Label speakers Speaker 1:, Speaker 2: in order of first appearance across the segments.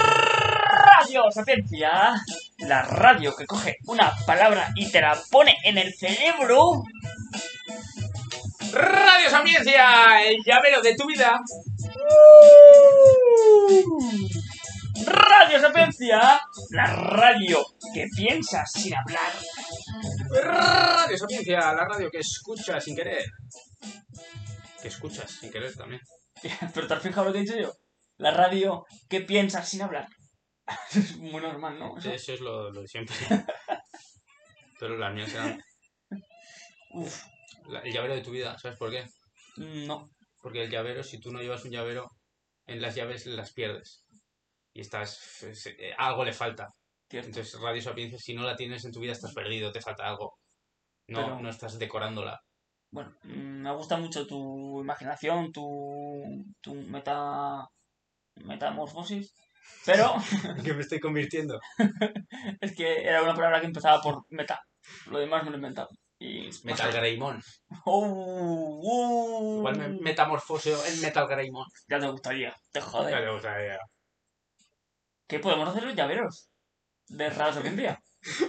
Speaker 1: Radio Sapiencia, la radio que coge una palabra y te la pone en el cerebro.
Speaker 2: Radio Sapiencia, el llavero de tu vida.
Speaker 1: Radio Sapiencia, la radio que piensas sin hablar.
Speaker 2: Radio Sapiencia, la radio que escuchas sin querer. Que escuchas sin querer también.
Speaker 1: Pero te has fijado lo que he dicho yo. La radio que piensas sin hablar. Es muy normal, ¿no? Eso.
Speaker 2: Eso es lo, lo de siempre. Pero las mías eran
Speaker 1: Uf,
Speaker 2: la- el llavero de tu vida. ¿Sabes por qué?
Speaker 1: no.
Speaker 2: Porque el llavero, si tú no llevas un llavero, en las llaves las pierdes. Y estás. es- eh, algo le falta.
Speaker 1: Cierto.
Speaker 2: Entonces, Radio Sapiencia, si no la tienes en tu vida, estás perdido, te falta algo. No,
Speaker 1: Pero-
Speaker 2: no estás decorándola.
Speaker 1: Bueno, mm, me gusta mucho tu imaginación, tu, tu meta, metamorfosis, pero
Speaker 2: que me estoy convirtiendo.
Speaker 1: es que era una palabra que empezaba por meta. Lo demás me lo he inventado. Y
Speaker 2: Metal Greymon.
Speaker 1: Oh, oh.
Speaker 2: Igual me metamorfoseo en Metal Greymon.
Speaker 1: Ya te gustaría, te joder.
Speaker 2: Ya te gustaría.
Speaker 1: ¿Qué podemos hacer los llaveros? De raras hoy en día.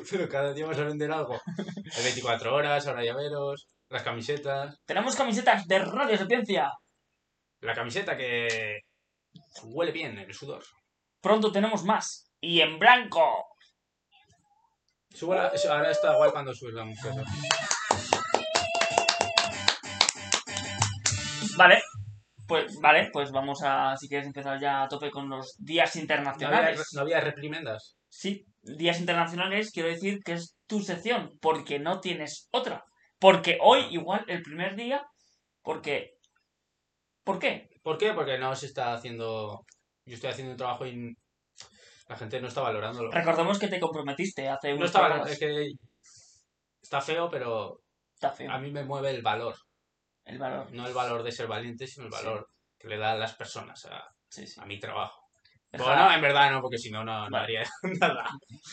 Speaker 2: Pero cada día vas a vender algo. Hay 24 horas, ahora llaveros, las camisetas.
Speaker 1: Tenemos camisetas de Radio Sapiencia.
Speaker 2: La camiseta que huele bien el sudor.
Speaker 1: Pronto tenemos más. Y en blanco.
Speaker 2: Subo la- ahora está guay cuando subes la música. ¿sabes?
Speaker 1: Vale. Pues vale, pues vamos a, si quieres empezar ya a tope con los días
Speaker 2: No había,
Speaker 1: internacionales.
Speaker 2: no había reprimendas.
Speaker 1: Sí, días internacionales quiero decir que es tu sección, porque no tienes otra. Porque hoy igual el primer día, porque... ¿Por qué?
Speaker 2: ¿Por qué? Porque no se está haciendo. Yo estoy haciendo un trabajo y la gente no está valorándolo.
Speaker 1: Recordemos que te comprometiste hace
Speaker 2: No
Speaker 1: unos
Speaker 2: está valorando.
Speaker 1: programas.
Speaker 2: Es que está feo, pero
Speaker 1: Está feo,
Speaker 2: a mí me mueve el valor.
Speaker 1: el valor.
Speaker 2: No el valor de ser valiente, sino el valor que le dan las personas a,
Speaker 1: Sí, sí.
Speaker 2: a mi trabajo.
Speaker 1: Deja,
Speaker 2: Bueno, em- en verdad no, porque si no, no, no
Speaker 1: Vale.
Speaker 2: haría nada.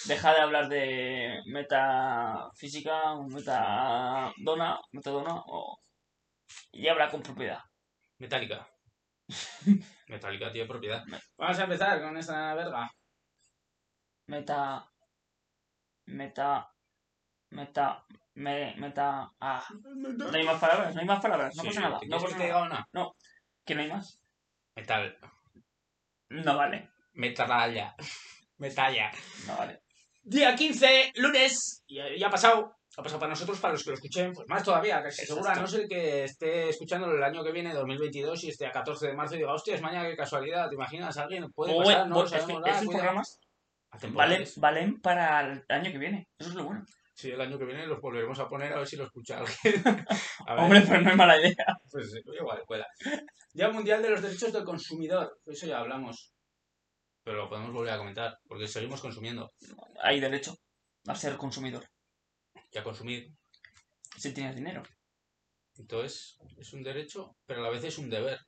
Speaker 1: deja de hablar de metafísica, metadona, metadona, o... y habla con propiedad.
Speaker 2: Metallica. Metallica tiene propiedad. Vamos a empezar con esa verga.
Speaker 1: Meta. Meta. Meta. Me, meta. Ah. No hay más palabras, no hay más palabras. No
Speaker 2: Sí,
Speaker 1: pasa nada,
Speaker 2: ¿te
Speaker 1: no
Speaker 2: quieres que
Speaker 1: pasa
Speaker 2: te
Speaker 1: nada.
Speaker 2: diga una?
Speaker 1: ¿Que no hay más?
Speaker 2: Metal.
Speaker 1: No vale,
Speaker 2: Metralla. Metalla.
Speaker 1: no vale.
Speaker 2: Día 15, lunes. Ya, ya ha pasado. Ha pasado para nosotros, para los que lo escuchen, pues más todavía, casi
Speaker 1: Exacto.
Speaker 2: seguro, a no ser que esté escuchándolo el año que viene, 2022, y esté a 14 de marzo y diga, hostia, es mañana, qué casualidad, ¿te imaginas? ¿Alguien puede
Speaker 1: Oye,
Speaker 2: pasar? No lo
Speaker 1: es que
Speaker 2: sabemos nada,
Speaker 1: estos
Speaker 2: cuida.
Speaker 1: programas valen,
Speaker 2: Atemporales.
Speaker 1: valen para el año que viene. Eso es lo bueno.
Speaker 2: Sí, el año que viene los volveremos a poner a ver si lo escucha alguien. A ver.
Speaker 1: Hombre, pero no es mala idea.
Speaker 2: Pues sí, igual, cuela. Día Mundial de los Derechos del Consumidor. De eso ya hablamos. Pero lo podemos volver a comentar, porque seguimos consumiendo.
Speaker 1: Hay derecho a ser consumidor
Speaker 2: Y a consumir,
Speaker 1: si tienes dinero.
Speaker 2: entonces, es un derecho, pero a la vez es un deber.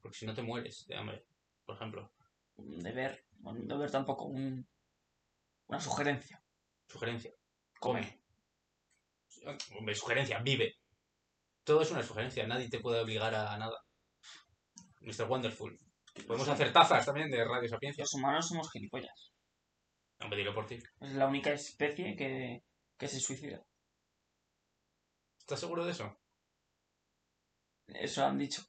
Speaker 2: Porque si no te mueres de hambre, por ejemplo.
Speaker 1: Un deber, bueno, un deber tampoco, un, una sugerencia.
Speaker 2: Sugerencia. Come. Hombre, sugerencia, vive. Todo es una sugerencia, nadie te puede obligar a nada. Mr. Wonderful. Podemos hacer tazas también de Radio Sapiencia.
Speaker 1: Los humanos somos gilipollas.
Speaker 2: Hombre, dilo por ti.
Speaker 1: Es la única especie que, que se suicida.
Speaker 2: ¿Estás seguro de eso?
Speaker 1: Eso han dicho.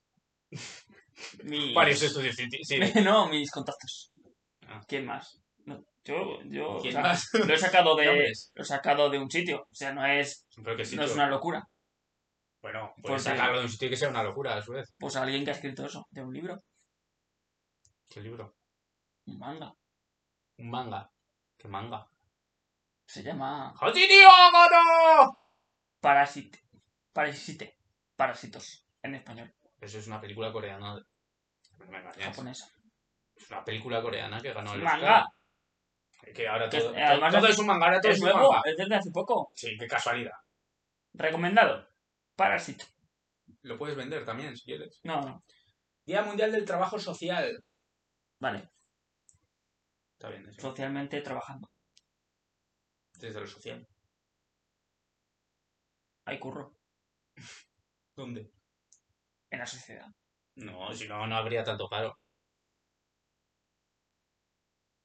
Speaker 1: Mis-
Speaker 2: Varios estudios cienti- sí.
Speaker 1: no, mis contactos.
Speaker 2: Ah.
Speaker 1: ¿Quién más? No, yo, yo o
Speaker 2: ¿Quién
Speaker 1: sea,
Speaker 2: más?
Speaker 1: lo he sacado de
Speaker 2: Nombres.
Speaker 1: lo he sacado de un sitio. O sea, no es,
Speaker 2: Pero que sí,
Speaker 1: no es
Speaker 2: tío.
Speaker 1: una locura.
Speaker 2: Bueno, pues
Speaker 1: Porque-
Speaker 2: sacarlo de un sitio que sea una locura a su vez.
Speaker 1: Pues alguien que ha escrito eso, de un libro.
Speaker 2: ¿Qué libro?
Speaker 1: Un manga.
Speaker 2: Un manga. ¿Qué manga?
Speaker 1: Se llama
Speaker 2: ¡Hajiniyo Gono!
Speaker 1: Parasite. Parasite. Parásitos. En español.
Speaker 2: Eso es una película coreana. No me engañes.
Speaker 1: Japonesa.
Speaker 2: Es una película coreana que ganó el
Speaker 1: Manga.
Speaker 2: Oscar. Que ahora
Speaker 1: Que
Speaker 2: todo,
Speaker 1: es- además
Speaker 2: todo
Speaker 1: es-
Speaker 2: es un manga, ahora todo es
Speaker 1: Es
Speaker 2: un
Speaker 1: nuevo.
Speaker 2: manga.
Speaker 1: Es desde hace poco.
Speaker 2: Sí, qué casualidad.
Speaker 1: Recomendado. Parasite.
Speaker 2: Lo puedes vender también, si quieres.
Speaker 1: No, no.
Speaker 2: Día Mundial del Trabajo Social.
Speaker 1: Vale.
Speaker 2: Está bien, eso.
Speaker 1: Socialmente trabajando.
Speaker 2: Desde lo social.
Speaker 1: Hay curro.
Speaker 2: ¿Dónde?
Speaker 1: En la sociedad.
Speaker 2: No, si no, no habría tanto paro.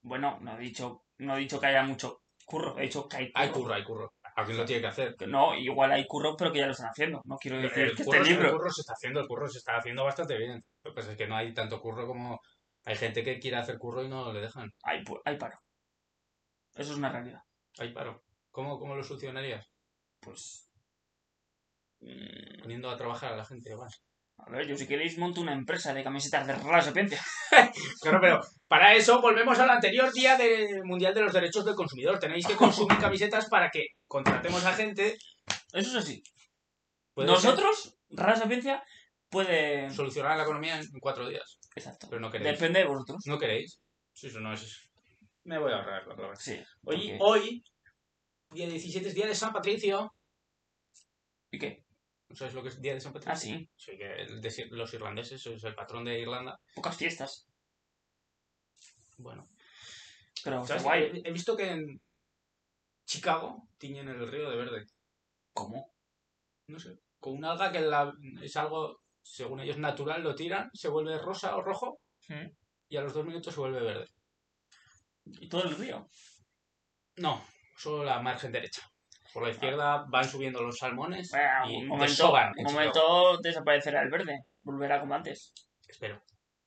Speaker 1: Bueno, no he dicho, no he dicho que haya mucho curro. He dicho que hay curro.
Speaker 2: Hay curro, hay curro. Alguien lo tiene que hacer.
Speaker 1: Que No, igual hay curro, pero que ya lo están haciendo. No quiero decir
Speaker 2: El
Speaker 1: que
Speaker 2: curro,
Speaker 1: este
Speaker 2: se- el
Speaker 1: libro.
Speaker 2: curro se está haciendo, el curro se está haciendo bastante bien. Lo que pasa es que no hay tanto curro como... Hay gente que quiere hacer curro y no le dejan.
Speaker 1: Hay, pu- hay paro. Eso es una realidad.
Speaker 2: Hay paro. ¿Cómo, cómo lo solucionarías?
Speaker 1: Pues. mm,
Speaker 2: Poniendo a trabajar a la gente igual.
Speaker 1: A ver, yo si queréis monto una empresa de camisetas de la serpiente.
Speaker 2: Claro, pero para eso volvemos al anterior día del Mundial de los Derechos del Consumidor. Tenéis que consumir camisetas para que contratemos a gente.
Speaker 1: Eso es así.
Speaker 2: Puede
Speaker 1: Nosotros, Rara Sapiencia, puede.
Speaker 2: ser Solucionar la economía en cuatro días.
Speaker 1: Exacto.
Speaker 2: Pero no queréis.
Speaker 1: Depende de vosotros.
Speaker 2: ¿No queréis? Sí, eso no es... Me voy a ahorrar la palabra.
Speaker 1: Sí.
Speaker 2: Hoy,
Speaker 1: porque-
Speaker 2: hoy, día 17 es día de San Patricio.
Speaker 1: ¿Y qué?
Speaker 2: ¿No ¿Sabes lo que es día de San Patricio?
Speaker 1: Ah, sí.
Speaker 2: Sí, que el de- los irlandeses, es el patrón de Irlanda.
Speaker 1: Pocas fiestas.
Speaker 2: Bueno,
Speaker 1: Pero está
Speaker 2: ¿sabes?
Speaker 1: Oh, guay.
Speaker 2: He, he visto que en Chicago tiñen el río de verde.
Speaker 1: ¿Cómo?
Speaker 2: No sé, con un alga que la- es algo, según ellos, natural, lo tiran, se vuelve rosa o rojo
Speaker 1: ¿Mm?
Speaker 2: y a los dos minutos se vuelve verde.
Speaker 1: ¿Y todo el río?
Speaker 2: No, solo la margen derecha. Por la izquierda van subiendo los salmones
Speaker 1: Ah. Bueno,
Speaker 2: y
Speaker 1: un momento,
Speaker 2: desovan.
Speaker 1: un
Speaker 2: en Chicago.
Speaker 1: momento desaparecerá el verde. Volverá como antes.
Speaker 2: Espero.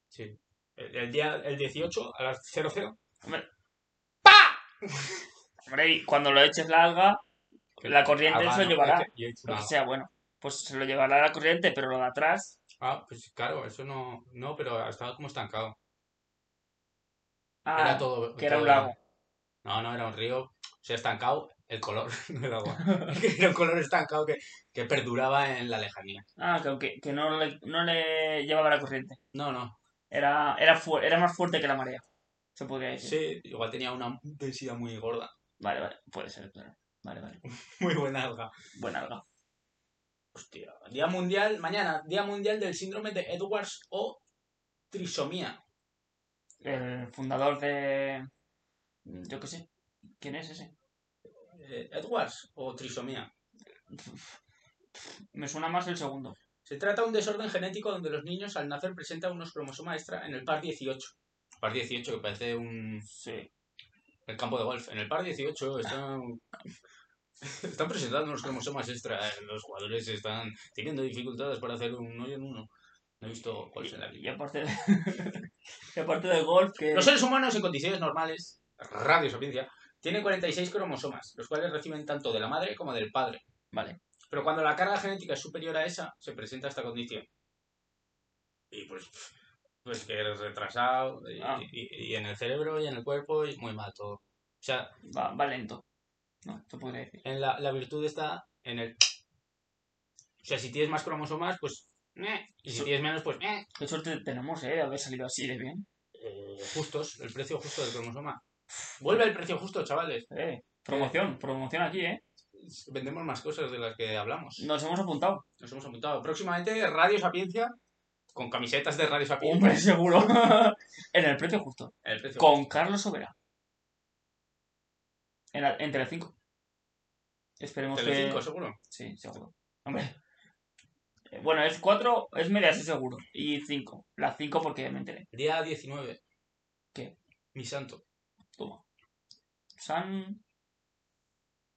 Speaker 2: Sí. El, el día el 18 a las 00.
Speaker 1: Hombre, y cuando lo eches la alga, La corriente
Speaker 2: Ah, va,
Speaker 1: se
Speaker 2: no,
Speaker 1: llevará.
Speaker 2: es que yo he hecho
Speaker 1: lo
Speaker 2: una-
Speaker 1: que sea, bueno, pues se lo llevará la corriente, pero lo de atrás,
Speaker 2: Ah, pues claro, eso no. No, pero estaba como estancado.
Speaker 1: ah,
Speaker 2: era todo.
Speaker 1: que era un
Speaker 2: todo-
Speaker 1: lago.
Speaker 2: No, no, era un río. Se ha estancado el color del agua. era un color estancado que, que perduraba en la lejanía.
Speaker 1: Ah, que, que- que no, le, no le llevaba la corriente.
Speaker 2: No, no.
Speaker 1: Era, era, fu- era más fuerte que la marea, se podría decir.
Speaker 2: Sí, igual tenía una densidad muy gorda.
Speaker 1: Vale, vale, puede ser, claro. Vale, vale.
Speaker 2: Muy buena alga.
Speaker 1: Buena alga.
Speaker 2: Hostia. Día mundial, mañana, Día Mundial del Síndrome de Edwards o Trisomía.
Speaker 1: El fundador de... Yo qué sé. ¿Quién es ese?
Speaker 2: Eh, ¿Edwards o Trisomía?
Speaker 1: Me suena más el segundo.
Speaker 2: Se trata de un desorden genético donde los niños al nacer presentan unos cromosomas extra en el par 18. Par 18, que parece un.
Speaker 1: Sí.
Speaker 2: el campo de golf. En el par 18 están. están presentando unos cromosomas extra. Los jugadores están teniendo dificultades para hacer un hoyo en uno. No he visto cuál es la
Speaker 1: Y, y aparte de... y aparte del golf, que...
Speaker 2: Los seres humanos en condiciones normales, radio sapiencia, tienen 46 cromosomas, los cuales reciben tanto de la madre como del padre.
Speaker 1: Vale.
Speaker 2: Pero cuando la carga genética es superior a esa, se presenta esta condición. Y pues, pf, pues que eres retrasado, y,
Speaker 1: Ah.
Speaker 2: y- y en el cerebro, y en el cuerpo, y muy mal todo. O sea,
Speaker 1: Va, va lento. No, se podría decir.
Speaker 2: en la, la virtud está en el... O sea, si tienes más cromosomas, pues... meh, Y si
Speaker 1: Eso-
Speaker 2: tienes menos, pues... meh.
Speaker 1: Qué suerte tenemos, eh, de haber salido así de bien.
Speaker 2: Eh, justos, el precio justo del cromosoma. Vuelve el precio justo, chavales.
Speaker 1: Eh, promoción, promoción aquí, ¿eh?
Speaker 2: vendemos más cosas de las que hablamos.
Speaker 1: Nos hemos apuntado.
Speaker 2: Nos hemos apuntado. Próximamente Radio Sapiencia con camisetas de Radio Sapiencia.
Speaker 1: Hombre, seguro. en el precio justo.
Speaker 2: El precio.
Speaker 1: Con Carlos Sobera. En, la- en Telecinco. Esperemos
Speaker 2: Telecinco,
Speaker 1: que...
Speaker 2: seguro.
Speaker 1: Sí, seguro. Hombre. Eh, Bueno, es cuatro, es media, sí, seguro. Y cinco. Las cinco porque me enteré.
Speaker 2: Día 19.
Speaker 1: ¿Qué?
Speaker 2: Mi santo.
Speaker 1: Toma. San...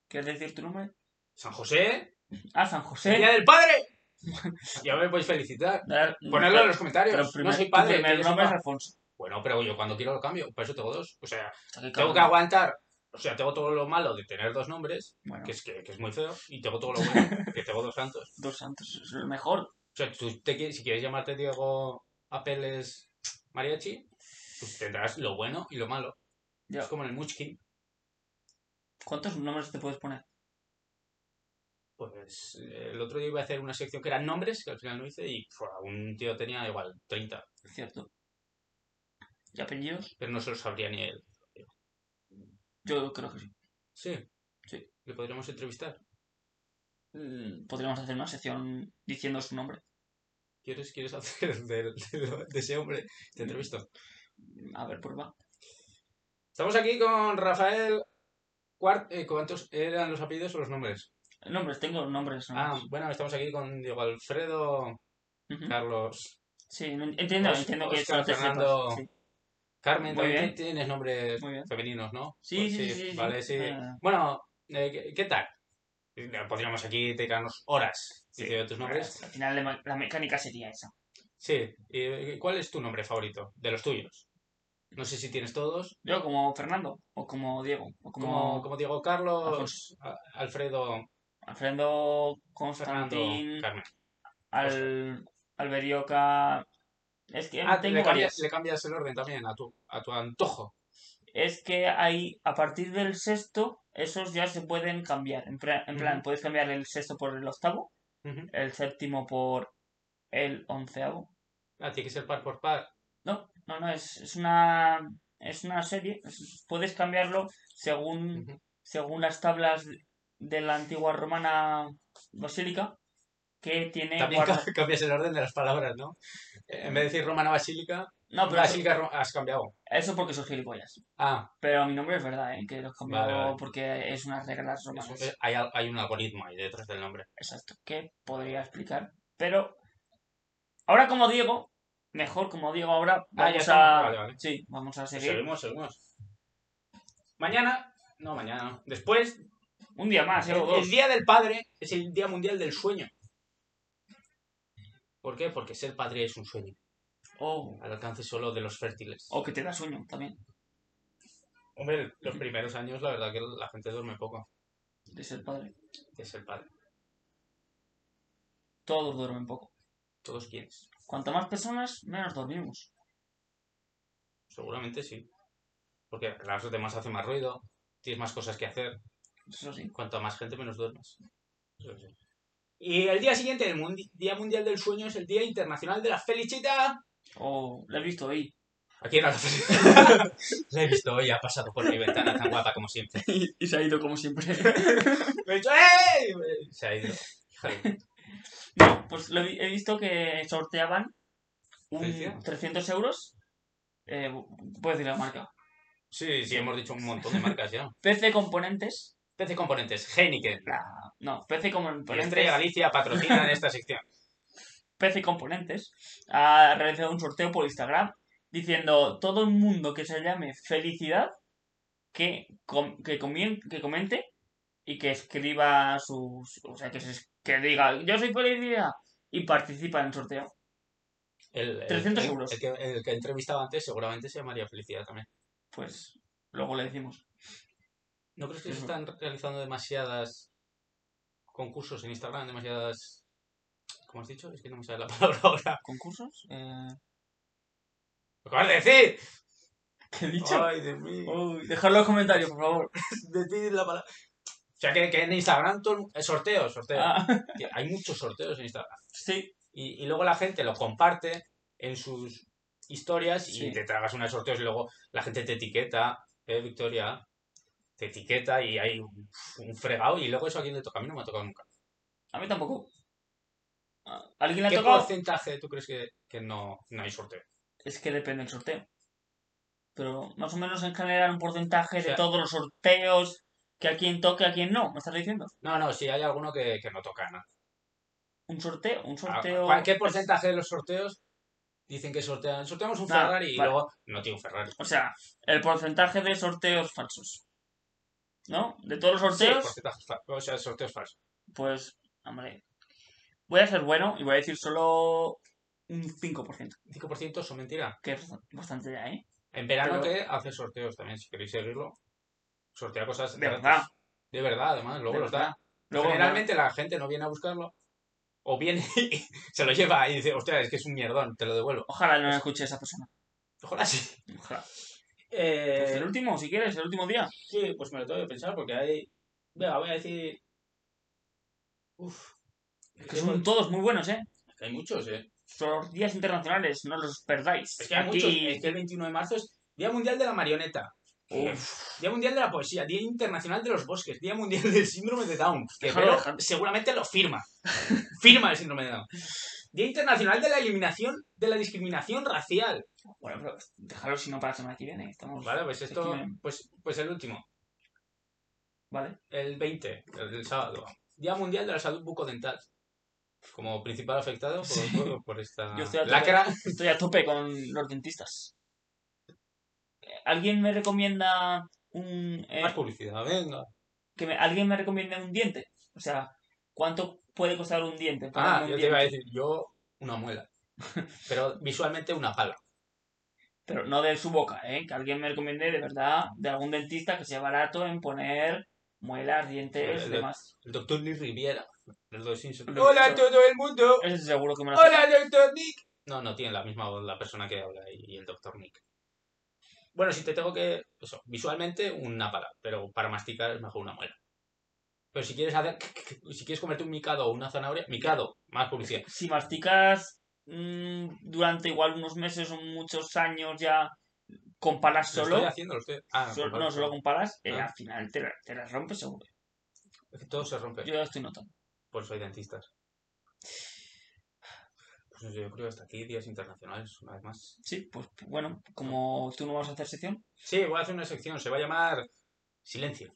Speaker 1: ¿Quieres decir tu nombre?
Speaker 2: San José.
Speaker 1: Ah, San
Speaker 2: el
Speaker 1: José.
Speaker 2: Día del Padre. ya me podéis felicitar.
Speaker 1: Dar-
Speaker 2: Ponedlo en los comentarios.
Speaker 1: Pero primer-
Speaker 2: no soy
Speaker 1: tu
Speaker 2: padre. que
Speaker 1: primer
Speaker 2: yo
Speaker 1: nombre es
Speaker 2: sepa.
Speaker 1: Alfonso.
Speaker 2: Bueno, pero yo cuando quiero lo cambio. Por eso tengo dos. O sea,
Speaker 1: O sea, que
Speaker 2: tengo que
Speaker 1: cabrón.
Speaker 2: aguantar. O sea, tengo todo lo malo de tener dos nombres,
Speaker 1: Bueno,
Speaker 2: que es, que, que es muy feo, y tengo todo lo bueno, que tengo dos santos.
Speaker 1: dos santos es lo mejor.
Speaker 2: O sea, tú te quieres- si quieres llamarte Diego Apeles Mariachi, pues tendrás lo bueno y lo malo.
Speaker 1: Ya.
Speaker 2: Es como en el Munchkin.
Speaker 1: ¿Cuántos nombres te puedes poner?
Speaker 2: Pues eh, el otro día iba a hacer una sección que eran nombres, que al final no hice, y fue, un tío tenía igual 30,
Speaker 1: Es cierto. ¿Y apellidos?
Speaker 2: pero no se lo sabría ni él.
Speaker 1: Yo creo que sí.
Speaker 2: Sí.
Speaker 1: Sí.
Speaker 2: Le podríamos entrevistar.
Speaker 1: Mm, Podríamos hacer una sección diciendo su nombre.
Speaker 2: ¿Quieres, quieres hacer de, de- de ese hombre? Te entrevisto.
Speaker 1: A ver, por va.
Speaker 2: Estamos aquí con Rafael. Cuart- eh, ¿Cuántos eran los apellidos o los nombres?
Speaker 1: Nombres, tengo nombres.
Speaker 2: Ah,
Speaker 1: nombres.
Speaker 2: bueno, estamos aquí con Diego Alfredo,
Speaker 1: Ujú.
Speaker 2: Carlos,
Speaker 1: Sí, no- entiendo,
Speaker 2: Os-
Speaker 1: entiendo que
Speaker 2: Oscar,
Speaker 1: solo te sepas,
Speaker 2: Fernando.
Speaker 1: Sí,
Speaker 2: Carmen.
Speaker 1: Muy
Speaker 2: También
Speaker 1: bien.
Speaker 2: tienes nombres
Speaker 1: muy bien.
Speaker 2: femeninos, ¿no?
Speaker 1: Sí,
Speaker 2: Pues
Speaker 1: sí, sí, sí, sí.
Speaker 2: Vale, sí.
Speaker 1: Ah,
Speaker 2: Bueno, eh, ¿qué, qué tal? Eh, Podríamos aquí dedicarnos horas diciendo tus nombres.
Speaker 1: Al final la, la mecánica sería esa.
Speaker 2: Sí. ¿Y eh, cuál es tu nombre favorito de los tuyos? No sé si tienes todos.
Speaker 1: Yo como Fernando, o como Diego, o
Speaker 2: Como,
Speaker 1: como,
Speaker 2: como Diego Carlos,
Speaker 1: Alfonso.
Speaker 2: A- Alfredo,
Speaker 1: Alfredo,
Speaker 2: Fernando,
Speaker 1: Constantín,
Speaker 2: Carmen.
Speaker 1: Al, Alberioca. Es que
Speaker 2: Ah,
Speaker 1: tengo
Speaker 2: le cambias,
Speaker 1: varias.
Speaker 2: le cambias el orden también a tu, a tu antojo.
Speaker 1: Es que hay, a partir del sexto, esos ya se pueden cambiar. En, pra- en plan,
Speaker 2: Ujú.
Speaker 1: puedes cambiar el sexto por el octavo,
Speaker 2: Ujú.
Speaker 1: el séptimo por el onceavo.
Speaker 2: Ah, tiene que ser par por par.
Speaker 1: No, no, no, es, es una es una serie. es- puedes cambiarlo según,
Speaker 2: Ujú.
Speaker 1: según las tablas de la antigua romana basílica que tiene
Speaker 2: También
Speaker 1: guarda-
Speaker 2: ca- cambias el orden de las palabras, ¿no? Eh, En vez de decir romana basílica,
Speaker 1: No, pero eso,
Speaker 2: basílica ro- has cambiado.
Speaker 1: eso porque soy gilipollas.
Speaker 2: Ah,
Speaker 1: Pero mi nombre es verdad, ¿eh? que lo he cambiado
Speaker 2: Vale, vale.
Speaker 1: porque es unas reglas
Speaker 2: eso-
Speaker 1: romanas.
Speaker 2: eh, hay, al- hay un algoritmo ahí detrás del nombre.
Speaker 1: Exacto, que podría explicar. Pero ahora como Diego, mejor como Diego ahora,
Speaker 2: Ah, ya
Speaker 1: vamos
Speaker 2: está.
Speaker 1: a...
Speaker 2: Vale, vale.
Speaker 1: Sí, vamos a seguir.
Speaker 2: Seguimos, seguimos. Mañana, no mañana, no. después,
Speaker 1: Un día más, ¿eh?
Speaker 2: el,
Speaker 1: O dos.
Speaker 2: el Día del Padre es el Día Mundial del Sueño. ¿Por qué? Porque ser padre es un sueño,
Speaker 1: O-
Speaker 2: al alcance solo de los fértiles.
Speaker 1: o Oh, que te da sueño también.
Speaker 2: Hombre, los primeros años la verdad que la gente duerme poco
Speaker 1: De ser padre.
Speaker 2: de ser padre.
Speaker 1: Todos duermen poco.
Speaker 2: Todos quienes,
Speaker 1: Cuanto más personas, menos dormimos.
Speaker 2: seguramente sí. Porque los demás hacen más ruido, tienes más cosas que hacer.
Speaker 1: Eso sí.
Speaker 2: Cuanto más gente, menos duermes. Y el día siguiente, el Mundi- Día Mundial del Sueño, es el Día Internacional de la Felicidad.
Speaker 1: O lo he visto ahí.
Speaker 2: Aquí era la felicidad. la he visto hoy, ha pasado por mi ventana tan guapa como siempre.
Speaker 1: y se ha ido como siempre.
Speaker 2: Me he dicho, ¡eh! Se ha ido. Hija de puta.
Speaker 1: no, pues lo he he visto que sorteaban un
Speaker 2: Felicidad.
Speaker 1: 300 euros. Eh, puedo decir la marca.
Speaker 2: Sí, sí, hemos dicho un montón de marcas ya.
Speaker 1: PC Componentes.
Speaker 2: PC Componentes, Heineken.
Speaker 1: la- No, PC
Speaker 2: La Estrella
Speaker 1: Componentes.
Speaker 2: Galicia patrocina en esta sección.
Speaker 1: PC Componentes ha realizado un sorteo por Instagram diciendo todo el mundo que se llame Felicidad que, com- que, comien- que comente y que escriba sus. O sea, que, se es- que diga yo soy Felicidad y participa en el sorteo.
Speaker 2: El, el-
Speaker 1: 300
Speaker 2: el-
Speaker 1: euros.
Speaker 2: El que, el que he entrevistado antes seguramente se llamaría Felicidad también.
Speaker 1: Pues luego le decimos.
Speaker 2: ¿No crees que se están realizando demasiadas concursos en Instagram? Demasiadas. ¿Cómo has dicho? Es que no me sale la palabra ahora.
Speaker 1: ¿Concursos? Eh,
Speaker 2: ¡Lo acabas de decir!
Speaker 1: ¿Qué he dicho?
Speaker 2: ¡Ay, Dios mío!
Speaker 1: Uy, dejadlo en los comentarios, por favor.
Speaker 2: Decid la palabra. O sea, que, que en Instagram todo el mu- eh, sorteos, sorteos.
Speaker 1: Ah,
Speaker 2: Que hay muchos sorteos en Instagram.
Speaker 1: sí,
Speaker 2: Y, y luego la gente lo comparte en sus historias y
Speaker 1: Sí.
Speaker 2: te tragas unos sorteos y luego la gente te etiqueta, eh, Victoria, te etiqueta y hay un, un fregado y luego eso a quién le toca. A mí no me ha tocado nunca.
Speaker 1: a mí tampoco. Ah, ¿Alguien le ha
Speaker 2: ¿Qué
Speaker 1: tocado?
Speaker 2: porcentaje tú crees que, que no, no hay sorteo?
Speaker 1: Es que depende del sorteo. Pero más o menos en general un porcentaje
Speaker 2: O sea-
Speaker 1: de todos los sorteos que a quien toque, a quien no. ¿Me estás diciendo?
Speaker 2: No, no, sí hay alguno que, que no toca nada.
Speaker 1: Un sorteo, un
Speaker 2: Ah,
Speaker 1: sorteo.
Speaker 2: ¿cuál- ¿Qué porcentaje de los sorteos dicen que sortean? Sorteamos un
Speaker 1: Nada,
Speaker 2: Ferrari y
Speaker 1: vale.
Speaker 2: luego no tiene un Ferrari.
Speaker 1: O sea, el porcentaje de sorteos falsos. ¿No? De todos los
Speaker 2: Sí,
Speaker 1: sorteos,
Speaker 2: porcentajes fa- o sea, sorteos falsos.
Speaker 1: pues, hombre. Voy a ser bueno y voy a decir solo un 5%,
Speaker 2: 5% son mentira.
Speaker 1: que es bastante ya, ¿eh?
Speaker 2: En verano
Speaker 1: Pero-
Speaker 2: que hace sorteos también, si queréis seguirlo. Sortea cosas
Speaker 1: De
Speaker 2: gratis.
Speaker 1: verdad.
Speaker 2: De verdad, además, pues, luego
Speaker 1: de
Speaker 2: los
Speaker 1: verdad.
Speaker 2: da.
Speaker 1: Luego,
Speaker 2: Generalmente la gente no viene a buscarlo. O viene y se lo lleva y dice, hostia, es que es un mierdón, te lo devuelvo.
Speaker 1: Ojalá no escuche a esa persona.
Speaker 2: Ojalá sí.
Speaker 1: Ojalá. Pues
Speaker 3: Eh,
Speaker 1: el último, si quieres, el último día.
Speaker 3: sí, pues me lo tengo que pensar porque hay. Venga, voy a decir. Uf.
Speaker 1: Que son todos muy buenos, ¿eh?
Speaker 3: es que hay muchos, ¿eh?
Speaker 1: Son los días internacionales, no los perdáis.
Speaker 3: Es que hay
Speaker 1: Aquí-
Speaker 3: muchos. Es que el 21 de marzo es Día Mundial de la Marioneta.
Speaker 1: Uf,
Speaker 3: Día Mundial de la Poesía, Día Internacional de los Bosques, Día Mundial del Síndrome de Down, que
Speaker 1: Déjalo,
Speaker 3: Vero
Speaker 1: déjalo.
Speaker 3: seguramente lo firma. Firma el síndrome de Down. Día Internacional de la Eliminación de la Discriminación Racial.
Speaker 1: bueno, pero déjalo si no para la semana que viene. Estamos...
Speaker 2: Vale, pues esto.
Speaker 1: Escribe.
Speaker 2: Pues, pues el último.
Speaker 1: Vale.
Speaker 2: El 20, el del sábado. Día Mundial de la Salud Bucodental. Como principal afectado por,
Speaker 1: Sí.
Speaker 2: por- por esta
Speaker 1: Yo estoy a tope.
Speaker 2: lacra.
Speaker 1: Estoy a tope con los dentistas. Eh, ¿Alguien me recomienda un... eh,
Speaker 2: Más publicidad, venga.
Speaker 1: que me- alguien me recomiende un diente? O sea, ¿cuánto puede costar un diente?
Speaker 2: Ah,
Speaker 1: Ponerme un
Speaker 2: yo te iba a
Speaker 1: diente.
Speaker 2: decir, yo una muela. Pero visualmente una pala.
Speaker 1: Pero no de su boca, ¿eh? Que alguien me recomiende de verdad de algún dentista que sea barato en poner muelas, dientes
Speaker 2: Eh,
Speaker 1: y
Speaker 2: de-
Speaker 1: demás.
Speaker 2: El doctor Nick Riviera. los dos Simpsons.
Speaker 1: Lo he
Speaker 2: Hola a
Speaker 1: visto.
Speaker 2: todo el mundo.
Speaker 1: Ese seguro que me lo hace.
Speaker 2: Hola, doctor Nick. No, no tiene la misma voz la persona que habla y y el doctor Nick. Bueno, si te tengo que. Eso, visualmente una pala, pero para masticar es mejor una muela. Pero si quieres hacer. Si quieres comerte un micado o una zanahoria, micado, más publicidad.
Speaker 1: Si masticas mm, durante igual unos meses o muchos años ya con palas
Speaker 2: Lo
Speaker 1: solo,
Speaker 2: estoy haciendo, lo estoy. Ah,
Speaker 1: sol-
Speaker 2: vale.
Speaker 1: no solo con palas, eh,
Speaker 2: Ah.
Speaker 1: al final te, la- te las rompes seguro.
Speaker 2: Es que todo se rompe.
Speaker 1: Yo ya estoy notando.
Speaker 2: Pues soy dentistas. Pues no sé, yo creo que hasta aquí, días internacionales, una vez más.
Speaker 1: Sí, pues bueno, como tú no vas a hacer sección,
Speaker 2: Sí, voy a hacer una sección, se va a llamar Silencio.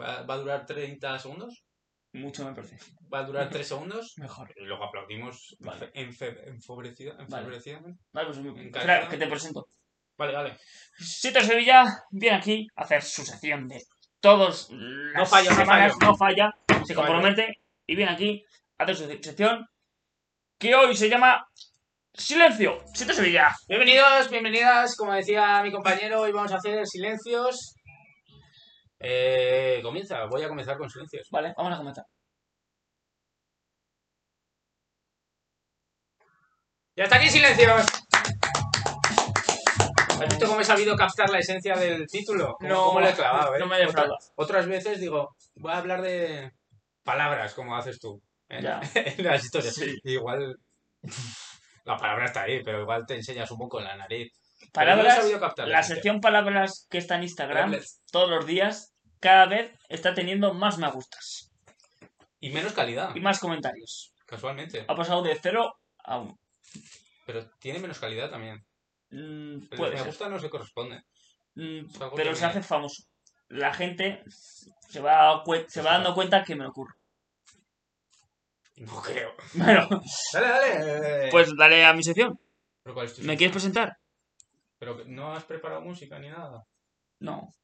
Speaker 2: Va, va a durar 30 segundos,
Speaker 1: mucho me parece
Speaker 2: va a durar 3 segundos,
Speaker 1: mejor.
Speaker 2: y luego aplaudimos
Speaker 1: Vale.
Speaker 2: enfe- enfobrecida-
Speaker 1: Vale.
Speaker 2: enfebrecidamente.
Speaker 1: Vale, pues
Speaker 2: Encantado.
Speaker 1: espera, que te presento.
Speaker 2: Vale, vale.
Speaker 1: Sito Sevilla viene aquí a hacer su sección de todos las
Speaker 2: No fallo, no
Speaker 1: semanas,
Speaker 2: fallo.
Speaker 1: no falla, se compromete y viene aquí a hacer su sección que hoy se llama Silencio. Sito Sevilla.
Speaker 3: Bienvenidos, bienvenidas. Como decía mi compañero, hoy vamos a hacer silencios.
Speaker 2: Eh, comienza, voy a comenzar con silencios.
Speaker 1: Vale, vamos a comenzar.
Speaker 3: ¡Y hasta aquí silencios! ¿Has visto cómo he sabido captar la esencia del título? ¿Cómo,
Speaker 1: No,
Speaker 3: cómo lo he clavado, eh?
Speaker 1: no me
Speaker 3: Otra-
Speaker 1: defraudas.
Speaker 3: otras veces digo,
Speaker 2: Voy a hablar de palabras, como haces tú en,
Speaker 1: Ya.
Speaker 2: en las historias.
Speaker 1: Sí.
Speaker 2: Igual la palabra está ahí, pero igual te enseñas un poco en la nariz. Pero yo he
Speaker 1: Palabras,
Speaker 2: sabido captar
Speaker 1: la
Speaker 2: esencia.
Speaker 1: sección palabras que está en Instagram todos los días, cada vez está teniendo más me gustas
Speaker 2: Y menos calidad, Ah.
Speaker 1: y más comentarios.
Speaker 2: casualmente.
Speaker 1: Ha pasado de 0 a 1.
Speaker 2: Pero tiene menos calidad también. El
Speaker 1: Mm, puede
Speaker 2: me
Speaker 1: ser.
Speaker 2: gusta no se corresponde.
Speaker 1: Mm,
Speaker 2: Es algo
Speaker 1: pero
Speaker 2: que
Speaker 1: se
Speaker 2: me-
Speaker 1: hace famoso. La gente se va, cue- se va dando cuenta que me lo ocurre.
Speaker 2: No creo.
Speaker 1: Bueno,
Speaker 2: Dale, dale.
Speaker 1: pues dale a mi sección.
Speaker 2: Pero ¿cuál es tu
Speaker 1: ¿Me quieres presentar?
Speaker 2: Pero que no has preparado música ni nada.
Speaker 1: No.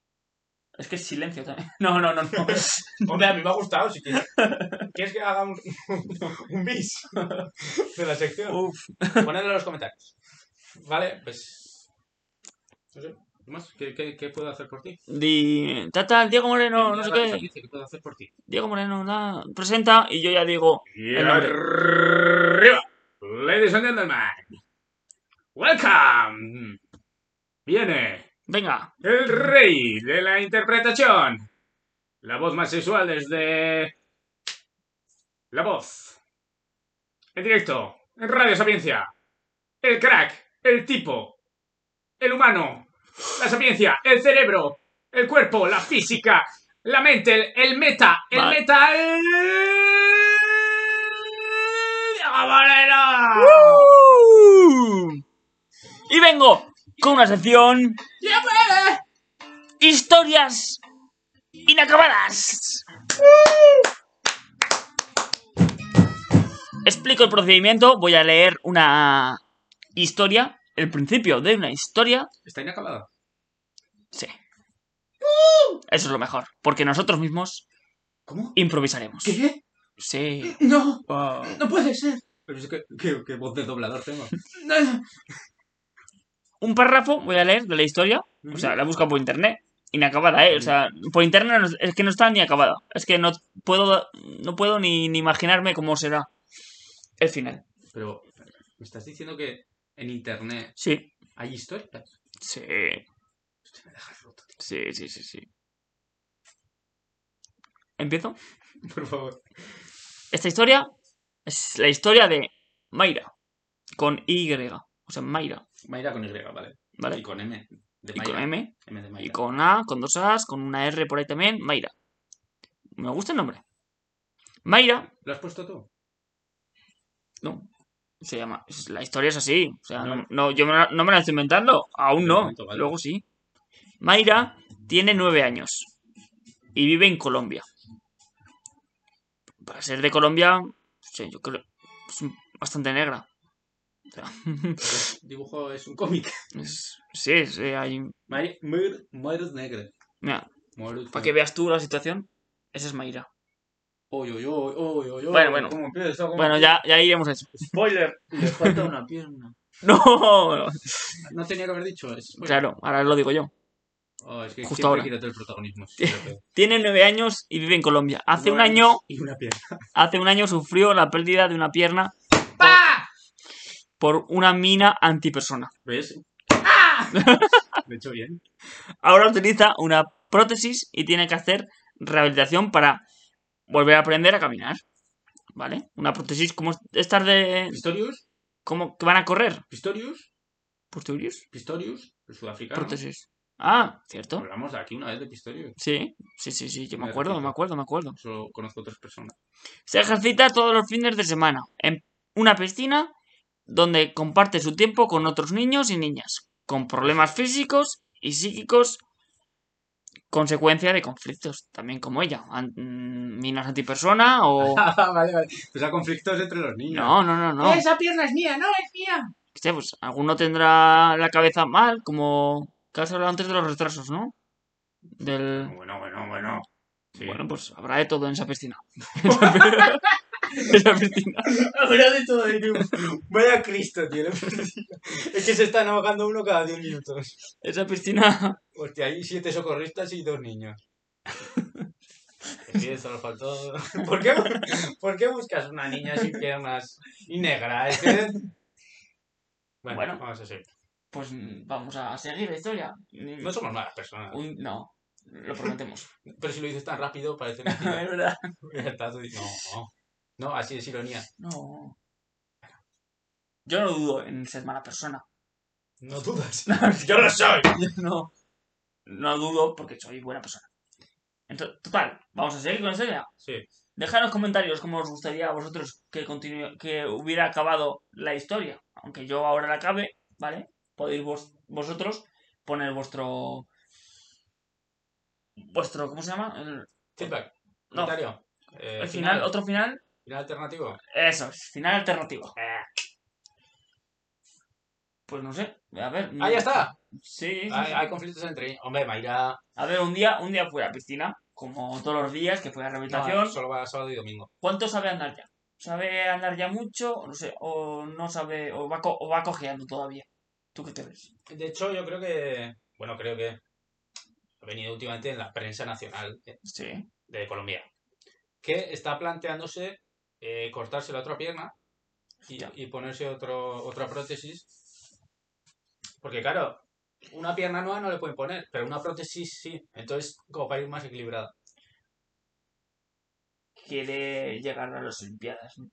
Speaker 1: Es que es silencio también. No, no, no, no.
Speaker 2: Hombre, a mí me ha gustado. Si quieres, ¿Quieres que haga un, un bis de la sección.
Speaker 1: Uf.
Speaker 2: Ponedlo en los comentarios. Vale, pues. No sé. ¿qué más? ¿Qué, qué, qué puedo hacer por ti?
Speaker 1: Di... Tata, Diego Moreno, no sé
Speaker 2: Mira,
Speaker 1: qué.
Speaker 2: ¿Qué puedo hacer por ti?
Speaker 1: Diego Moreno, da- presenta y yo ya digo.
Speaker 2: Y
Speaker 1: El nombre.
Speaker 2: arriba, ladies and gentlemen, welcome. Viene
Speaker 1: Venga,
Speaker 2: el rey de la interpretación, la voz más sexual desde la voz, en directo, en Radio Sapiencia, el crack, el tipo, el humano, la sapiencia, el cerebro, el cuerpo, la física, la mente, el, el meta, el
Speaker 1: Vale.
Speaker 2: metal. ¡Diego Moreno!
Speaker 1: Y vengo con una sección. ¡Historias inacabadas! Explico el procedimiento. Voy a leer una historia. El principio de una historia.
Speaker 2: Está inacabado.
Speaker 1: Sí. Eso es lo mejor. Porque nosotros mismos
Speaker 2: ¿Cómo?
Speaker 1: improvisaremos.
Speaker 2: ¿Qué?
Speaker 1: Sí.
Speaker 2: ¡No!
Speaker 1: Wow.
Speaker 2: ¡No puede ser! Pero es que, qué, qué voz de doblador tengo.
Speaker 1: un párrafo voy a leer de la historia. O sea, la busco por internet. Inacabada, ¿eh? O sea, por internet no- es que no está ni acabada. Es que no puedo, no puedo ni, ni imaginarme cómo será el final.
Speaker 2: Pero, ¿me estás diciendo que en internet
Speaker 1: Sí,
Speaker 3: Hay historias.
Speaker 1: Sí. Sí, sí, sí, sí. ¿Empiezo?
Speaker 3: Por favor.
Speaker 1: Esta historia es la historia de Mayra. Con Y. O sea, Mayra,
Speaker 3: Mayra con Y, ¿vale?
Speaker 1: ¿vale?
Speaker 3: Y con M. De
Speaker 1: Y
Speaker 3: Mayra.
Speaker 1: con M.
Speaker 3: M de Mayra.
Speaker 1: Y con A, con dos As, con una R por ahí también, Mayra. Me gusta el nombre. Mayra,
Speaker 3: ¿Lo has puesto tú?
Speaker 1: no, se llama. es- La historia es así. O sea,
Speaker 3: No.
Speaker 1: no, no, yo me la, no me la estoy inventando. Aún
Speaker 3: De
Speaker 1: no.
Speaker 3: momento, vale.
Speaker 1: Luego sí. Mayra tiene nueve años y vive en Colombia. Para ser de Colombia, sí, yo creo es un- bastante negra. O sea,
Speaker 3: El dibujo es un cómic.
Speaker 1: es- sí, sí, hay.
Speaker 3: May- Muir- Muerus Negre.
Speaker 1: Mira,
Speaker 3: Muerus
Speaker 1: para que veas tú la situación, esa es Mayra.
Speaker 3: Oy, oy, oy, oy, oy, oy.
Speaker 1: Bueno, bueno.
Speaker 3: ¿Cómo empieza? ¿Cómo
Speaker 1: Bueno, ya, ya iremos a eso.
Speaker 3: Spoiler. Le falta una pierna.
Speaker 1: No,
Speaker 3: No tenía que haber dicho eso.
Speaker 1: Claro, ahora lo digo yo.
Speaker 3: Oh, es que
Speaker 1: Justo
Speaker 3: siempre
Speaker 1: ahora.
Speaker 3: quiero todo el protagonismo.
Speaker 1: Tiene nueve años y vive en Colombia. Hace un
Speaker 3: Nueve
Speaker 1: año,
Speaker 3: años Y una pierna.
Speaker 1: hace un año sufrió la pérdida de una pierna
Speaker 3: ¡Ah!
Speaker 1: por una mina antipersona.
Speaker 3: ¿Ves? Lo he hecho bien.
Speaker 1: Ahora utiliza una prótesis y tiene que hacer rehabilitación para volver a aprender a caminar. ¿Vale? Una prótesis como estas de.
Speaker 3: Pistorius,
Speaker 1: como que van a correr.
Speaker 3: Pistorius,
Speaker 1: ¿Posteriores?
Speaker 3: Pistorius, el sudafricano.
Speaker 1: Prótesis. Ah, cierto.
Speaker 3: Hablamos aquí una vez de Pistorius.
Speaker 1: Sí, sí, sí, sí, yo me
Speaker 3: Me
Speaker 1: acuerdo,
Speaker 3: repito.
Speaker 1: me acuerdo, me acuerdo.
Speaker 3: Solo conozco tres personas.
Speaker 1: Se ejercita todos los fines de semana en una piscina donde comparte su tiempo con otros niños y niñas con problemas físicos y psíquicos consecuencia de conflictos, también como ella, an- mm, minas antipersona o
Speaker 3: vale, vale. Pues a conflictos entre los niños.
Speaker 1: no, no, no, no.
Speaker 3: Esa pierna es mía, no es mía.
Speaker 1: Que sea, pues, alguno tendrá la cabeza mal, como que has hablado antes de los retrasos, ¿no? Del
Speaker 3: Bueno, bueno, bueno. Sí.
Speaker 1: bueno, pues habrá de todo en esa piscina. esa piscina.
Speaker 3: Habrá de todo de nuevo. Vaya Cristo, tío. Es que se están ahogando uno cada 10 minutos.
Speaker 1: Esa piscina
Speaker 3: Hostia, hay siete socorristas y dos niños.
Speaker 2: Sí, solo faltó.
Speaker 3: ¿Por qué, por qué buscas una niña sin piernas y negra? Es que-
Speaker 2: Bueno,
Speaker 1: Bueno.
Speaker 2: vamos a seguir.
Speaker 1: Pues mm, vamos a seguir la historia. Mm,
Speaker 2: No somos malas personas.
Speaker 1: un- no, lo prometemos.
Speaker 2: Pero si lo dices tan rápido, parece
Speaker 1: es
Speaker 2: mentira.
Speaker 1: verdad.
Speaker 2: Ya está, tú dices, No, no. No, así es ironía.
Speaker 1: No. Yo no dudo en ser mala persona.
Speaker 2: No dudas.
Speaker 1: Yo lo soy. no. No dudo porque soy buena persona. Entonces, total, vamos a seguir con la historia.
Speaker 2: Sí.
Speaker 1: Dejad en los comentarios cómo os gustaría a vosotros que, continúe, que hubiera acabado la historia. Aunque yo ahora la acabe, ¿vale? Podéis vos- vosotros poner vuestro... Vuestro, ¿cómo se llama? El-
Speaker 2: Feedback.
Speaker 1: No.
Speaker 2: Comentario. Eh,
Speaker 1: El final, otro final,
Speaker 2: Final alternativo.
Speaker 1: eso es, final alternativo.
Speaker 2: Eh.
Speaker 1: Pues no sé, a ver. no-
Speaker 2: ¡Ah, ya está!
Speaker 1: Sí, sí,
Speaker 2: Hay,
Speaker 1: sí.
Speaker 2: hay conflictos entre. Hombre, Mayra.
Speaker 1: A ver, un día, un día fui a la piscina, como todos los días que fui a rehabilitación.
Speaker 2: no, solo va sábado y domingo.
Speaker 1: ¿Cuánto sabe andar ya? ¿Sabe andar ya mucho? O no sé, o no sabe, o va, co- o va cojeando todavía. ¿Tú qué te ves?
Speaker 2: De hecho, yo creo que. Bueno, creo que. Ha venido últimamente en la prensa nacional eh,
Speaker 1: Sí.
Speaker 2: de Colombia. Que está planteándose eh, cortarse la otra pierna y,
Speaker 1: Ya.
Speaker 2: y ponerse otro, otra prótesis. Porque, claro, una pierna nueva no le pueden poner, pero una prótesis sí. Entonces, como para ir más equilibrada.
Speaker 1: Quiere llegar a las Olimpiadas. ¿no?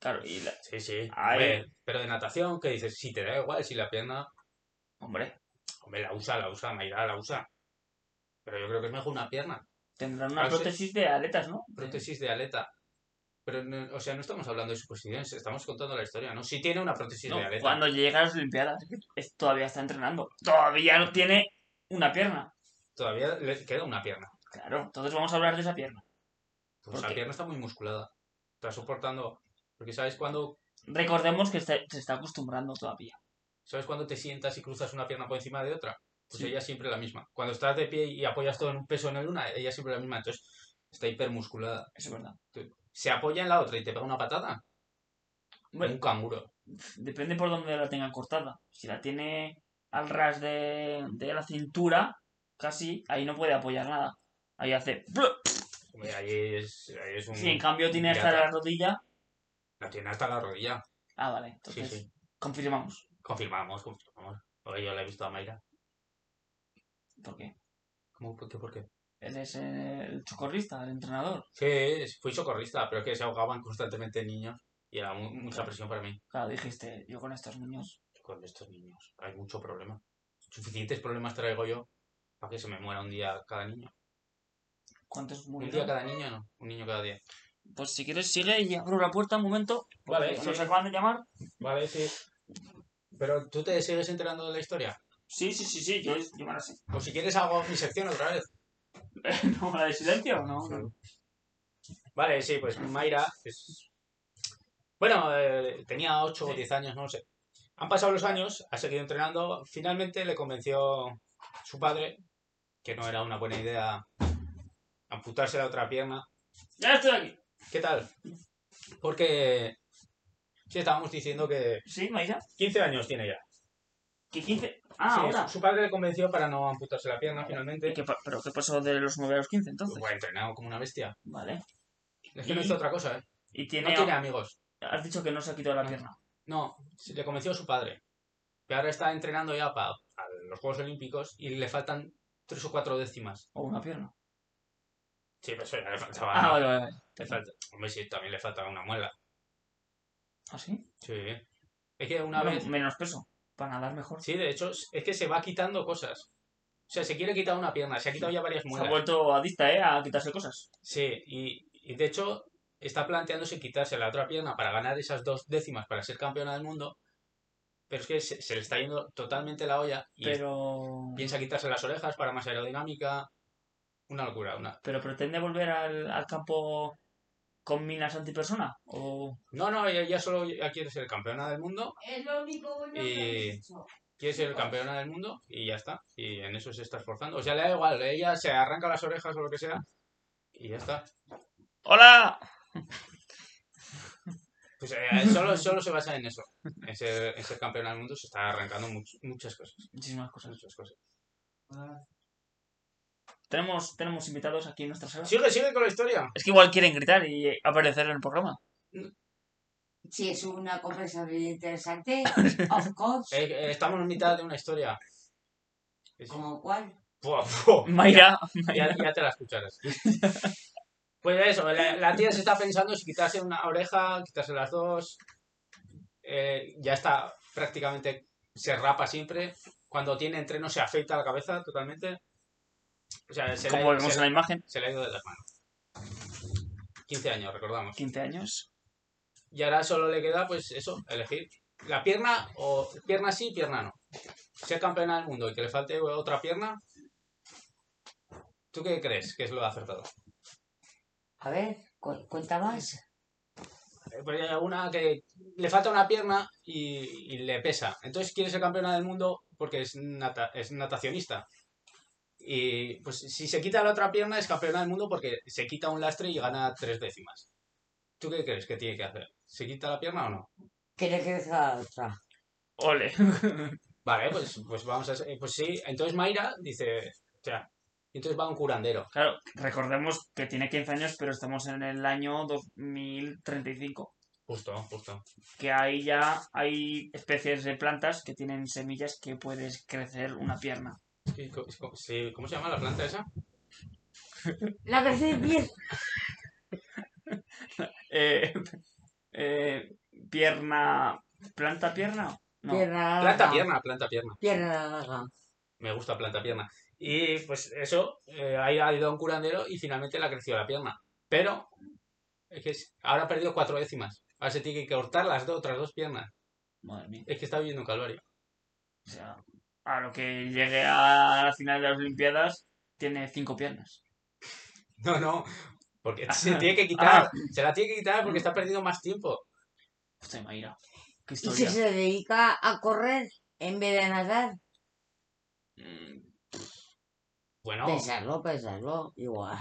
Speaker 1: Claro, y la...
Speaker 2: Sí, sí.
Speaker 1: Ahí.
Speaker 2: Hombre, pero de natación, que dices, si te da igual, si la pierna.
Speaker 1: Hombre,
Speaker 2: Hombre, la usa, la usa, Mayra la usa. Pero yo creo que es mejor una pierna.
Speaker 1: tendrán una
Speaker 2: Ah, sí.
Speaker 1: prótesis de aletas, ¿no?
Speaker 2: Prótesis de aleta. Pero, no- o sea, no estamos hablando de suposiciones, estamos contando la historia, ¿no? Si tiene una prótesis
Speaker 1: No,
Speaker 2: de aleta.
Speaker 1: cuando llega a las Olimpiadas, es- todavía está entrenando. Todavía no tiene una pierna.
Speaker 2: Todavía le queda una pierna.
Speaker 1: Claro, entonces vamos a hablar de esa pierna.
Speaker 2: Pues
Speaker 1: ¿Por
Speaker 2: la
Speaker 1: qué?
Speaker 2: pierna está muy musculada. Está soportando. Porque sabes cuando,
Speaker 1: Recordemos que está- se está acostumbrando todavía.
Speaker 2: sabes cuando te sientas y cruzas una pierna por encima de otra. Pues
Speaker 1: Sí.
Speaker 2: ella siempre la misma. Cuando estás de pie y apoyas todo en un peso en el una, ella siempre la misma. Entonces, está hipermusculada.
Speaker 1: Eso es verdad.
Speaker 2: Se apoya en la otra y te pega una patada.
Speaker 1: Bueno,
Speaker 2: Un canguro.
Speaker 1: depende por dónde la tenga cortada. Si la tiene al ras de, de la cintura, casi, ahí no puede apoyar nada. Ahí hace... ¡blu!
Speaker 2: Hombre, ahí es, ahí es un.
Speaker 1: Si en cambio tiene hasta
Speaker 2: pirata.
Speaker 1: la rodilla...
Speaker 2: La tiene hasta la rodilla.
Speaker 1: Ah, vale.
Speaker 2: Sí,
Speaker 1: Entonces,
Speaker 2: sí.
Speaker 1: confirmamos.
Speaker 2: Confirmamos, confirmamos. Porque yo la he visto a Mayra.
Speaker 1: ¿Por qué?
Speaker 2: ¿Cómo? ¿Por qué? ¿Por qué?
Speaker 1: Él es eh, el socorrista, el entrenador.
Speaker 2: Sí, es- fui socorrista, pero es que se ahogaban constantemente niños y era mu- mucha presión para mí.
Speaker 1: Claro, dijiste, yo con estos niños.
Speaker 2: Con estos niños hay mucho problema. Suficientes problemas traigo yo para que se me muera un día cada niño.
Speaker 1: ¿Cuántos
Speaker 2: Un día
Speaker 1: murieron?
Speaker 2: cada niño, no. Un niño cada día.
Speaker 1: Pues si quieres, sigue y abro la puerta un momento. porque
Speaker 2: Vale,
Speaker 1: nos
Speaker 2: sí.
Speaker 1: acaban de llamar.
Speaker 2: Vale, sí. Pero tú te sigues enterando de la historia.
Speaker 1: Sí, sí, sí, sí, yo, yo me la sé.
Speaker 2: O si quieres hago mi sección otra vez.
Speaker 1: ¿No la de silencio? No, no.
Speaker 2: Vale, sí, pues Mayra. es- Bueno, eh, tenía 8 o
Speaker 1: Sí.
Speaker 2: 10 años, no lo sé. Han pasado los años, ha seguido entrenando. Finalmente le convenció su padre que no era una buena idea amputarse la otra pierna.
Speaker 1: Ya estoy aquí.
Speaker 2: ¿Qué tal? Porque. Sí, estábamos diciendo que
Speaker 1: ¿Sí, Mayra?
Speaker 2: 15 años tiene ya.
Speaker 1: ¿Qué 15? Ah,
Speaker 2: Sí,
Speaker 1: ahora.
Speaker 2: su- Su padre le convenció para no amputarse la pierna finalmente.
Speaker 1: ¿Y qué pa- ¿Pero qué pasó de los 9 a los 15 entonces?
Speaker 2: Bueno, entrenado como una bestia.
Speaker 1: Vale.
Speaker 2: Es que no hizo otra cosa, ¿eh?
Speaker 1: Y
Speaker 2: No
Speaker 1: tiene...
Speaker 2: tiene Ah. amigos.
Speaker 1: Has dicho que no se ha quitado la
Speaker 2: No.
Speaker 1: pierna.
Speaker 2: No, se le convenció a su padre. Que ahora está entrenando ya para los Juegos Olímpicos y le faltan tres o cuatro décimas.
Speaker 1: O una pierna.
Speaker 2: Sí, pero eso ya le faltaba.
Speaker 1: Ah,
Speaker 2: ¿no?
Speaker 1: vale, vale. vale.
Speaker 2: Le falta- Hombre, sí, también le falta una muela.
Speaker 1: ¿Ah, sí?
Speaker 2: Sí. Es que una
Speaker 1: Bueno,
Speaker 2: vez.
Speaker 1: Menos peso. Para nadar mejor.
Speaker 2: Sí, de hecho, es que se va quitando cosas. O sea, se quiere quitar una pierna, se ha quitado ya varias
Speaker 1: Se ha
Speaker 2: muelas.
Speaker 1: vuelto adicta, ¿eh? A quitarse cosas.
Speaker 2: Sí, y, y de hecho, está planteándose quitarse la otra pierna para ganar esas dos décimas para ser campeona del mundo. Pero es que se, se le está yendo totalmente la olla y
Speaker 1: Pero...
Speaker 2: Piensa quitarse las orejas para más aerodinámica. Una locura, una.
Speaker 1: ¿Pero pretende volver al, al campo con minas antipersona? ¿O
Speaker 2: No, no, ya, ya solo ya quiere ser campeona del mundo.
Speaker 4: Es lo único bueno
Speaker 2: Y-
Speaker 4: que has hecho.
Speaker 2: Quiere ser campeona del mundo y ya está. Y en eso se está esforzando. O sea, le da igual, ella se arranca las orejas o lo que sea. Y ya está.
Speaker 1: ¡Hola!
Speaker 2: Pues eh, solo, solo se basa en eso. En ser, en ser campeona del mundo se está arrancando much- muchas cosas.
Speaker 1: Muchísimas cosas.
Speaker 2: Muchas cosas.
Speaker 1: Tenemos, tenemos invitados aquí en nuestra sala.
Speaker 2: Sigue, sigue con la historia.
Speaker 1: Es que igual quieren gritar y eh, aparecer en el programa.
Speaker 4: Si es una conversación interesante, of course.
Speaker 2: Eh, eh, estamos en mitad de una historia. Es-
Speaker 4: ¿Como cuál?
Speaker 2: Buah,
Speaker 1: Oh,
Speaker 2: buah.
Speaker 1: Mayra,
Speaker 2: ya, ya te la escucharás. Pues eso, la, la tía se está pensando si quitarse una oreja, quitarse las dos. Eh, ya está prácticamente, se rapa siempre. Cuando tiene entreno se afeita la cabeza totalmente. O sea, se, le,
Speaker 1: como
Speaker 2: ha-
Speaker 1: vemos
Speaker 2: se
Speaker 1: en
Speaker 2: le-
Speaker 1: la imagen,
Speaker 2: se le ha ido de las manos. 15 años, recordamos.
Speaker 1: 15 años.
Speaker 2: Y ahora solo le queda, pues eso, elegir la pierna o pierna sí, pierna no. Ser campeona del mundo y que le falte otra pierna. ¿Tú qué crees que es lo acertado?
Speaker 4: A ver, cu- cuenta más.
Speaker 2: Eh, Pues hay una que le falta una pierna y, y le pesa. Entonces quiere ser campeona del mundo porque es, nata- es natacionista. Y pues si se quita la otra pierna es campeona del mundo porque se quita un lastre y gana tres décimas. ¿Tú qué crees que tiene que hacer? ¿Se quita la pierna o no?
Speaker 4: ¿Qué le crees a la otra?
Speaker 1: Ole.
Speaker 2: Vale, pues, pues vamos a... eh, Pues sí, entonces Mayra dice... O sea, y entonces va a un curandero.
Speaker 1: Claro, recordemos que tiene 15 años, pero estamos en el año 2035.
Speaker 2: Justo, justo.
Speaker 1: Que ahí ya hay especies de plantas que tienen semillas que puedes crecer una pierna.
Speaker 2: Sí, co- co- sí, ¿Cómo se llama la planta esa?
Speaker 4: La crecí bien.
Speaker 1: Eh, eh, pierna. ¿Planta pierna? No.
Speaker 4: Pierna.
Speaker 2: Planta
Speaker 4: larga.
Speaker 2: pierna, planta pierna.
Speaker 4: Pierna larga.
Speaker 2: Me gusta planta pierna. Y pues eso, eh, ahí ha ido a un curandero y finalmente le ha crecido la pierna. Pero es que es- ahora ha perdido cuatro décimas. Ahora se tiene que cortar las dos, otras dos piernas.
Speaker 1: Madre mía.
Speaker 2: Es que está viviendo un calvario.
Speaker 1: O sea, a lo que llegue a la final de las Olimpiadas, tiene cinco piernas.
Speaker 2: No, no. Porque se tiene que quitar.
Speaker 1: Ah.
Speaker 2: Se la tiene que quitar porque está perdiendo más tiempo.
Speaker 1: Hostia, Mayra. Qué
Speaker 4: ¿Y si
Speaker 1: historia.
Speaker 4: se dedica a correr en vez de nadar?
Speaker 1: Mm,
Speaker 2: Bueno,
Speaker 4: Pensarlo, pensarlo. Igual.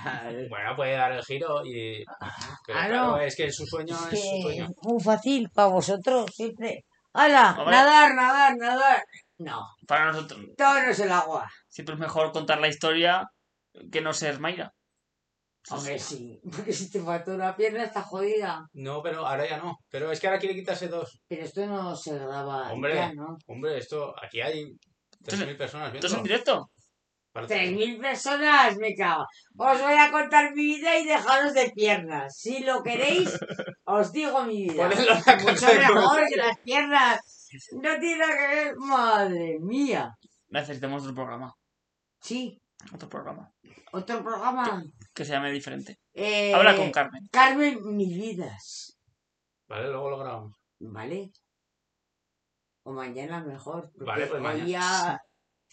Speaker 2: bueno, puede dar el giro y. Pero
Speaker 4: Ah, no.
Speaker 2: claro, es que su sueño
Speaker 4: Es
Speaker 2: es su
Speaker 4: que
Speaker 2: sueño.
Speaker 4: es muy fácil para vosotros, siempre. ¡Hala!
Speaker 1: Hombre.
Speaker 4: Nadar, nadar, nadar. No,
Speaker 1: Para nosotros,
Speaker 4: todo no es el agua.
Speaker 1: siempre es mejor contar la historia que no ser Mayra.
Speaker 4: Hombre, sí. Porque si te falta una pierna está jodida.
Speaker 2: No, pero ahora ya no. Pero es que ahora quiere quitarse dos.
Speaker 4: Pero esto no se graba
Speaker 2: Hombre.
Speaker 4: ya, ¿no?
Speaker 2: Hombre, esto, aquí hay 3.000 personas
Speaker 1: ¿Esto es en
Speaker 2: viendo.
Speaker 1: directo?
Speaker 2: Aparte-
Speaker 4: ¡Tres mil personas! Me cago. Os voy a contar mi vida y dejaros de piernas. Si lo queréis, os digo mi vida.
Speaker 2: Ponedlo en la
Speaker 4: Mucho
Speaker 2: caja de
Speaker 4: mejor que las piernas. No tiene nada que ver. Madre mía.
Speaker 1: Necesitamos otro programa.
Speaker 4: Sí,
Speaker 1: Otro programa.
Speaker 4: otro programa.
Speaker 1: Que se llame diferente.
Speaker 4: Eh,
Speaker 1: Habla con Carmen.
Speaker 4: Carmen Milidas.
Speaker 2: Vale, luego lo grabamos.
Speaker 4: ¿Vale? O mañana mejor. porque
Speaker 2: Vale, pues
Speaker 4: hoy
Speaker 2: mañana.
Speaker 4: ya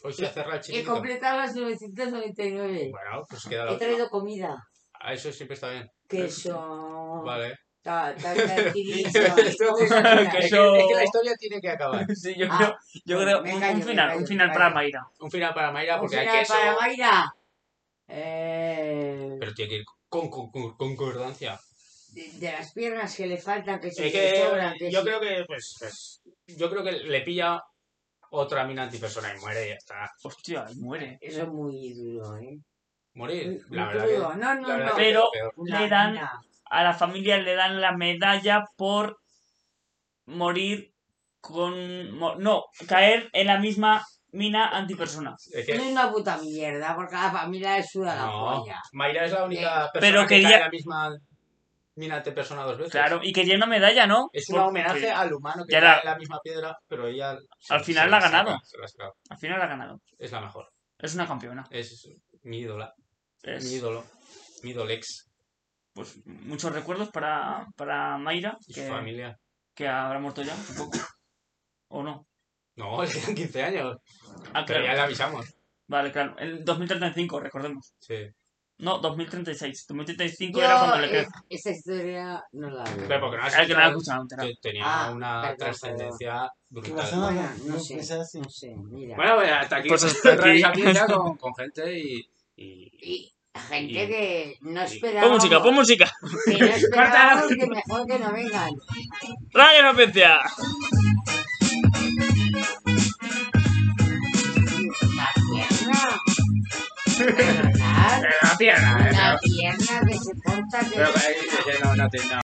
Speaker 2: Hoy se cerra el
Speaker 4: he
Speaker 2: chiquito.
Speaker 4: completado las 999.
Speaker 2: Bueno, pues queda
Speaker 4: He
Speaker 2: la...
Speaker 4: traído comida.
Speaker 2: Ah, eso siempre está bien.
Speaker 4: Queso.
Speaker 2: Vale.
Speaker 4: Ta, ta, ta, chorizo,
Speaker 2: Esto-
Speaker 4: todo eso al final.
Speaker 2: Es que,
Speaker 1: Eso-
Speaker 2: es que la historia tiene que acabar.
Speaker 1: Sí, yo
Speaker 4: Ah,
Speaker 1: creo, yo
Speaker 4: bueno,
Speaker 1: creo
Speaker 4: me
Speaker 1: un,
Speaker 4: callo,
Speaker 1: un
Speaker 4: me
Speaker 1: final,
Speaker 4: callo,
Speaker 1: un
Speaker 4: me
Speaker 1: final
Speaker 4: callo.
Speaker 1: para Mayra.
Speaker 2: Un final para Mayra, porque hay
Speaker 4: Funciona
Speaker 2: queso...
Speaker 4: para Mayra. Eh,
Speaker 2: Pero tiene que ir con, con- con concordancia.
Speaker 4: de, de las piernas que le faltan, que se
Speaker 2: Es
Speaker 4: le sobran,
Speaker 2: que
Speaker 4: que
Speaker 2: yo
Speaker 4: si-
Speaker 2: creo que, pues, pues, yo creo que le pilla otra mina antipersona y muere y ya está.
Speaker 1: Hostia, y muere.
Speaker 4: Eso es muy duro, ¿eh?
Speaker 2: Morir,
Speaker 4: Muy-
Speaker 2: la
Speaker 4: muy
Speaker 2: verdad que...
Speaker 4: crudo. No, no,
Speaker 2: la verdad
Speaker 4: no.
Speaker 2: que es
Speaker 1: Pero-
Speaker 2: peor.
Speaker 4: Una
Speaker 1: le dan-
Speaker 4: mina.
Speaker 1: A la familia le dan la medalla por morir con... mo- No, caer en la misma mina antipersona.
Speaker 2: Es que-
Speaker 4: No es una puta mierda, porque a la familia le suda la
Speaker 2: No,
Speaker 4: polla.
Speaker 2: Mayra es la única persona
Speaker 1: Pero
Speaker 2: que
Speaker 1: quería-
Speaker 2: cae en la misma mina antipersona dos veces.
Speaker 1: Claro, y que lleve una medalla, ¿no?
Speaker 2: Es un
Speaker 1: Porque
Speaker 2: homenaje al humano que
Speaker 1: Ya
Speaker 2: cae
Speaker 1: la-
Speaker 2: en la misma piedra, pero ella...
Speaker 1: Al
Speaker 2: se-
Speaker 1: final
Speaker 2: se
Speaker 1: la ha
Speaker 2: saca,
Speaker 1: ganado.
Speaker 2: se la saca.
Speaker 1: Al final ha ganado.
Speaker 2: Es la mejor.
Speaker 1: Es una campeona.
Speaker 2: Es mi ídola.
Speaker 1: Es-
Speaker 2: Mi ídolo. Mi ídolex.
Speaker 1: pues muchos recuerdos para, para Mayra,
Speaker 2: Y su
Speaker 1: que,
Speaker 2: familia.
Speaker 1: que habrá muerto ya, supongo. ¿O no?
Speaker 2: No, le quedan 15 años.
Speaker 1: Ah,
Speaker 2: Pero
Speaker 1: claro.
Speaker 2: ya le avisamos.
Speaker 1: Vale, claro. En 2035, recordemos.
Speaker 2: Sí.
Speaker 1: No, 2036. 2035 era cuando
Speaker 4: Yo,
Speaker 1: le
Speaker 4: eh,
Speaker 1: crece.
Speaker 4: esta historia no la veo.
Speaker 2: Pero porque no has
Speaker 1: Era que no la he
Speaker 2: escuchado,
Speaker 1: escuchado entera.
Speaker 2: te- tenía
Speaker 4: Ah,
Speaker 2: una
Speaker 4: perdón,
Speaker 2: trascendencia
Speaker 5: ¿Qué
Speaker 2: brutal.
Speaker 5: pasa?
Speaker 4: Bueno,
Speaker 5: No,
Speaker 4: no
Speaker 5: no
Speaker 4: sé.
Speaker 5: empiezas así.
Speaker 4: No sé, mira.
Speaker 2: Bueno, pues hasta aquí.
Speaker 1: Pues hasta aquí.
Speaker 2: Revisabilidad con, con gente y... y...
Speaker 4: y gente
Speaker 2: y-
Speaker 4: que no
Speaker 2: y-
Speaker 4: esperaba.
Speaker 1: música.
Speaker 4: Que no
Speaker 1: Corta la
Speaker 4: esperábamos que mejor que no vengan.
Speaker 1: Ryan Apencia.
Speaker 4: La pierna. ¿Verdad?
Speaker 1: La pierna.
Speaker 4: La pierna que se porta que
Speaker 2: Pero, eh, que no, no, te- no.